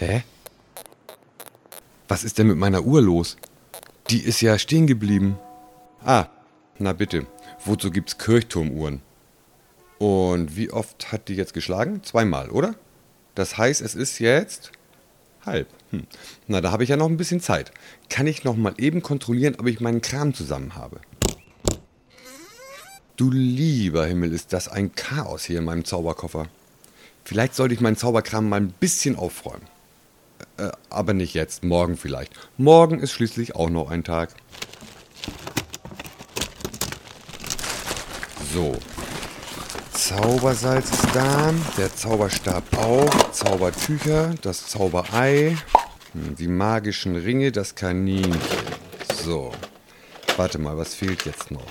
Hä? Was ist denn mit meiner Uhr los? Die ist ja stehen geblieben. Ah, na bitte. Wozu gibt's Kirchturmuhren? Und wie oft hat die jetzt geschlagen? Zweimal, oder? Das heißt, es ist jetzt halb. Hm. Na, da habe ich ja noch ein bisschen Zeit. Kann ich noch mal eben kontrollieren, ob ich meinen Kram zusammen habe? Du lieber Himmel, ist das ein Chaos hier in meinem Zauberkoffer. Vielleicht sollte ich meinen Zauberkram mal ein bisschen aufräumen. Äh, aber nicht jetzt, morgen vielleicht. Morgen ist schließlich auch noch ein Tag. So. Zaubersalz ist da, der Zauberstab auch, Zaubertücher, das Zauberei, Hm, die magischen Ringe, das Kaninchen. So. Warte mal, was fehlt jetzt noch?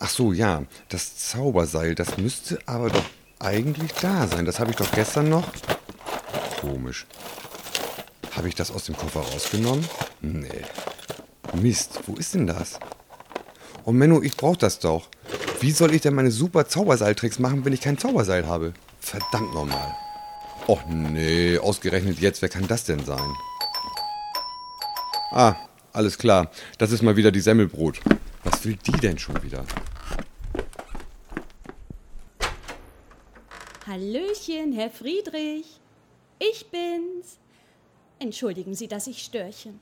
Ach so, ja, das Zauberseil, das müsste aber doch eigentlich da sein. Das habe ich doch gestern noch. Komisch. Habe ich das aus dem Koffer rausgenommen? Nee. Mist, wo ist denn das? Oh Menno, ich brauche das doch. Wie soll ich denn meine super Zauberseiltricks machen, wenn ich kein Zauberseil habe? Verdammt nochmal. Och nee, ausgerechnet jetzt, wer kann das denn sein? Ah, alles klar. Das ist mal wieder die Semmelbrot. Was will die denn schon wieder? Hallöchen, Herr Friedrich. Ich bin's. Entschuldigen Sie, dass ich störchen.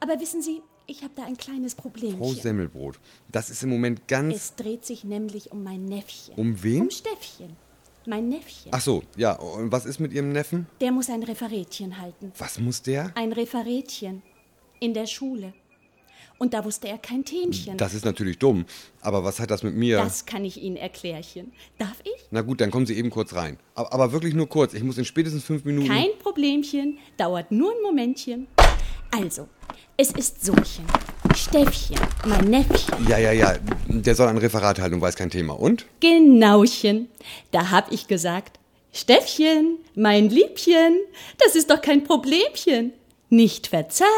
Aber wissen Sie, ich habe da ein kleines Problem. Frau Oh, Semmelbrot, das ist im Moment ganz... Es dreht sich nämlich um mein Näffchen. Um wen? Um Steffchen. Mein Neffchen. Ach so, ja, und was ist mit ihrem Neffen? Der muss ein Referätchen halten. Was muss der? Ein Referätchen. In der Schule. Und da wusste er kein Themchen. Das ist natürlich dumm, aber was hat das mit mir? Das kann ich Ihnen erklärchen. Darf ich? Na gut, dann kommen Sie eben kurz rein. Aber, aber wirklich nur kurz, ich muss in spätestens fünf Minuten... Kein Problemchen. Dauert nur ein Momentchen. Also, es ist sochen. Steffchen, mein Neffchen. Ja, ja, ja, der soll ein Referat halten und weiß kein Thema. Und? Genauchen. Da hab ich gesagt, Steffchen, mein Liebchen, das ist doch kein Problemchen. Nicht verzagen,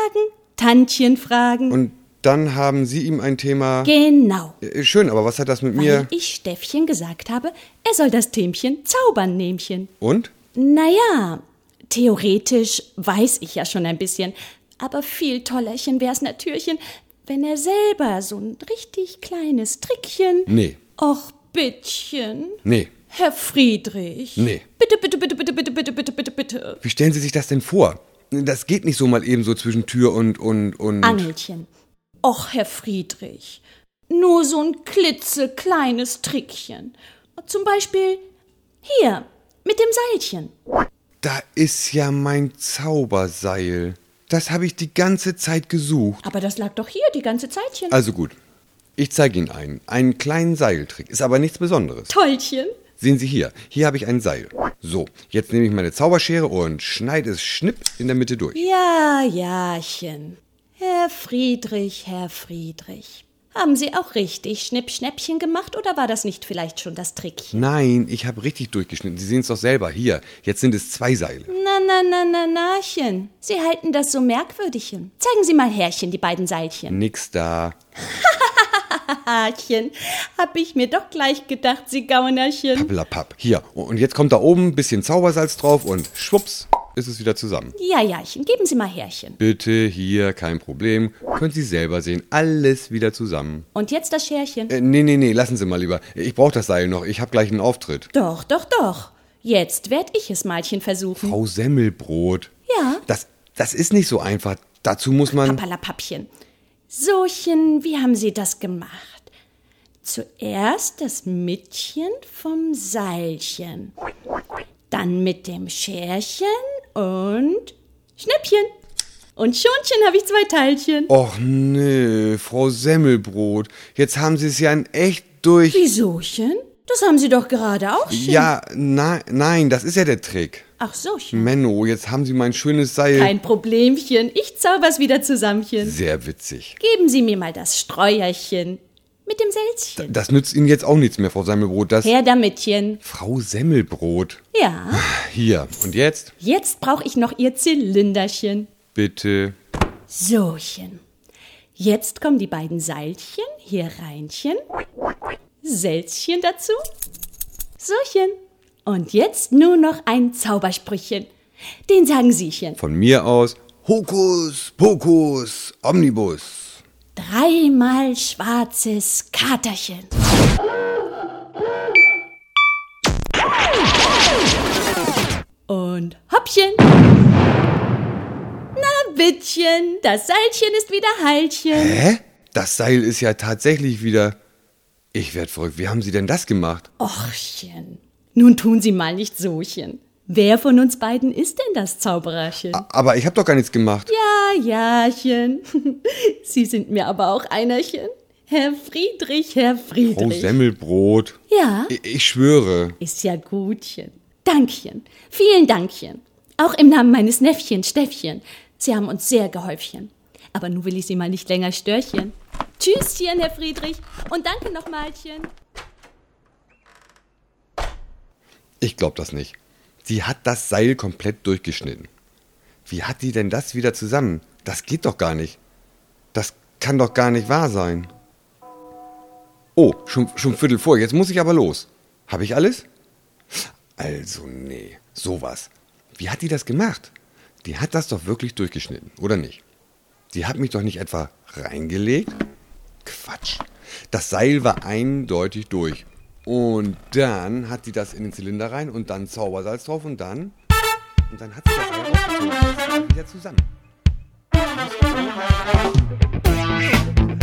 Tantchen fragen. Und dann haben Sie ihm ein Thema... genau. Äh, Schön, aber was hat das mit Weil mir... ich Steffchen gesagt habe, er soll das Themchen zaubern, Nämchen. Und? Naja, theoretisch weiß ich ja schon ein bisschen. Aber viel tollerchen wär's natürchen, wenn er selber so ein richtig kleines Trickchen. Nee. Och, Bittchen. Nee. Herr Friedrich. Nee. Bitte, bitte, bitte, bitte, bitte, bitte, bitte, bitte, bitte. Wie stellen Sie sich das denn vor? Das geht nicht so mal eben so zwischen Tür und und und. Angelchen. Och, Herr Friedrich. Nur so ein klitzekleines Trickchen. Zum Beispiel hier, mit dem Seilchen. Da ist ja mein Zauberseil. Das habe ich die ganze Zeit gesucht. Aber das lag doch hier die ganze Zeitchen. Also gut. Ich zeige Ihnen einen. Einen kleinen Seiltrick. Ist aber nichts Besonderes. Tollchen. Sehen Sie hier. Hier habe ich ein Seil. So, jetzt nehme ich meine Zauberschere und schneide es schnipp in der Mitte durch. Ja, jachen. Herr Friedrich, Herr Friedrich. Haben Sie auch richtig Schnippschnäppchen gemacht oder war das nicht vielleicht schon das Trickchen? Nein, ich habe richtig durchgeschnitten. Sie sehen es doch selber. Hier, jetzt sind es zwei Seile. Na, na, na, na, nachen. Sie halten das so merkwürdigchen. Zeigen Sie mal Herrchen, die beiden Seilchen. Nix da. Haarchen, hab ich mir doch gleich gedacht, Sie Gaunerchen. Blapapp. Hier. Und jetzt kommt da oben ein bisschen Zaubersalz drauf und schwupps ist es wieder zusammen. Ja, jachen, geben Sie mal Herrchen. Bitte hier, kein Problem. Können Sie selber sehen. Alles wieder zusammen. Und jetzt das Scherchen. Äh, nee, nee, nee, lassen Sie mal lieber. Ich brauche das Seil noch. Ich habe gleich einen Auftritt. Doch, doch, doch. Jetzt werd ich es malchen versuchen. Frau Semmelbrot. Ja. Das, das ist nicht so einfach. Dazu muss man. Papperlapappchen. Sochen, wie haben Sie das gemacht? Zuerst das Mittchen vom Seilchen. Dann mit dem Scherchen und Schnäppchen. Und Schonchen habe ich zwei Teilchen. Och nee, Frau Semmelbrot. Jetzt haben Sie es ja in echt durch. Wiesochen? Das haben Sie doch gerade auch schon. Ja, nein, nein, das ist ja der Trick. Ach sochen. Menno, jetzt haben Sie mein schönes Seil. Kein Problemchen. Ich zauber's wieder zusammenchen. Sehr witzig. Geben Sie mir mal das Streuerchen. Mit dem Selzchen. Das nützt Ihnen jetzt auch nichts mehr, Frau Semmelbrot. Das. Her damitchen. Frau Semmelbrot. Ja. Hier. Und jetzt? Jetzt brauche ich noch Ihr Zylinderchen. Bitte. Sochen. Jetzt kommen die beiden Seilchen hier reinchen. Selzchen dazu. Sochen. Und jetzt nur noch ein Zaubersprüchchen. Den sagen Siechen. Von mir aus Hokus Pokus Omnibus. Dreimal schwarzes Katerchen. Und hoppchen. Na bittchen, das Seilchen ist wieder Heilchen. Hä? Das Seil ist ja tatsächlich wieder. Ich werd verrückt. Wie haben Sie denn das gemacht? Ochchen. Nun tun Sie mal nicht sochen. Wer von uns beiden ist denn das Zaubererchen? A- Aber ich habe doch gar nichts gemacht. Ja, Jachen. Sie sind mir aber auch einerchen. Herr Friedrich, Herr Oh, Friedrich. Semmelbrot. ja, Ich, ich schwöre. ist ja gutchen. Dankchen. Vielen Dankchen. Auch im Namen meines Neffchens Steffchen. Sie haben uns sehr geholfen. Aber nun will ich Sie mal nicht länger störchen. Tschüsschen, Herr Friedrich. Und danke nochmalchen. Ich glaube das nicht. Sie hat das Seil komplett durchgeschnitten. Wie hat die denn das wieder zusammen? Das geht doch gar nicht. Das kann doch gar nicht wahr sein. Oh, schon, schon Viertel vor. Jetzt muss ich aber los. Habe ich alles? Also, nee. Sowas. Wie hat die das gemacht? Die hat das doch wirklich durchgeschnitten, oder nicht? Die hat mich doch nicht etwa reingelegt? Quatsch. Das Seil war eindeutig durch. Und dann hat sie das in den Zylinder rein und dann Zaubersalz drauf und dann. Und dann hat sie das Seil rausgezogen und das war wieder zusammen.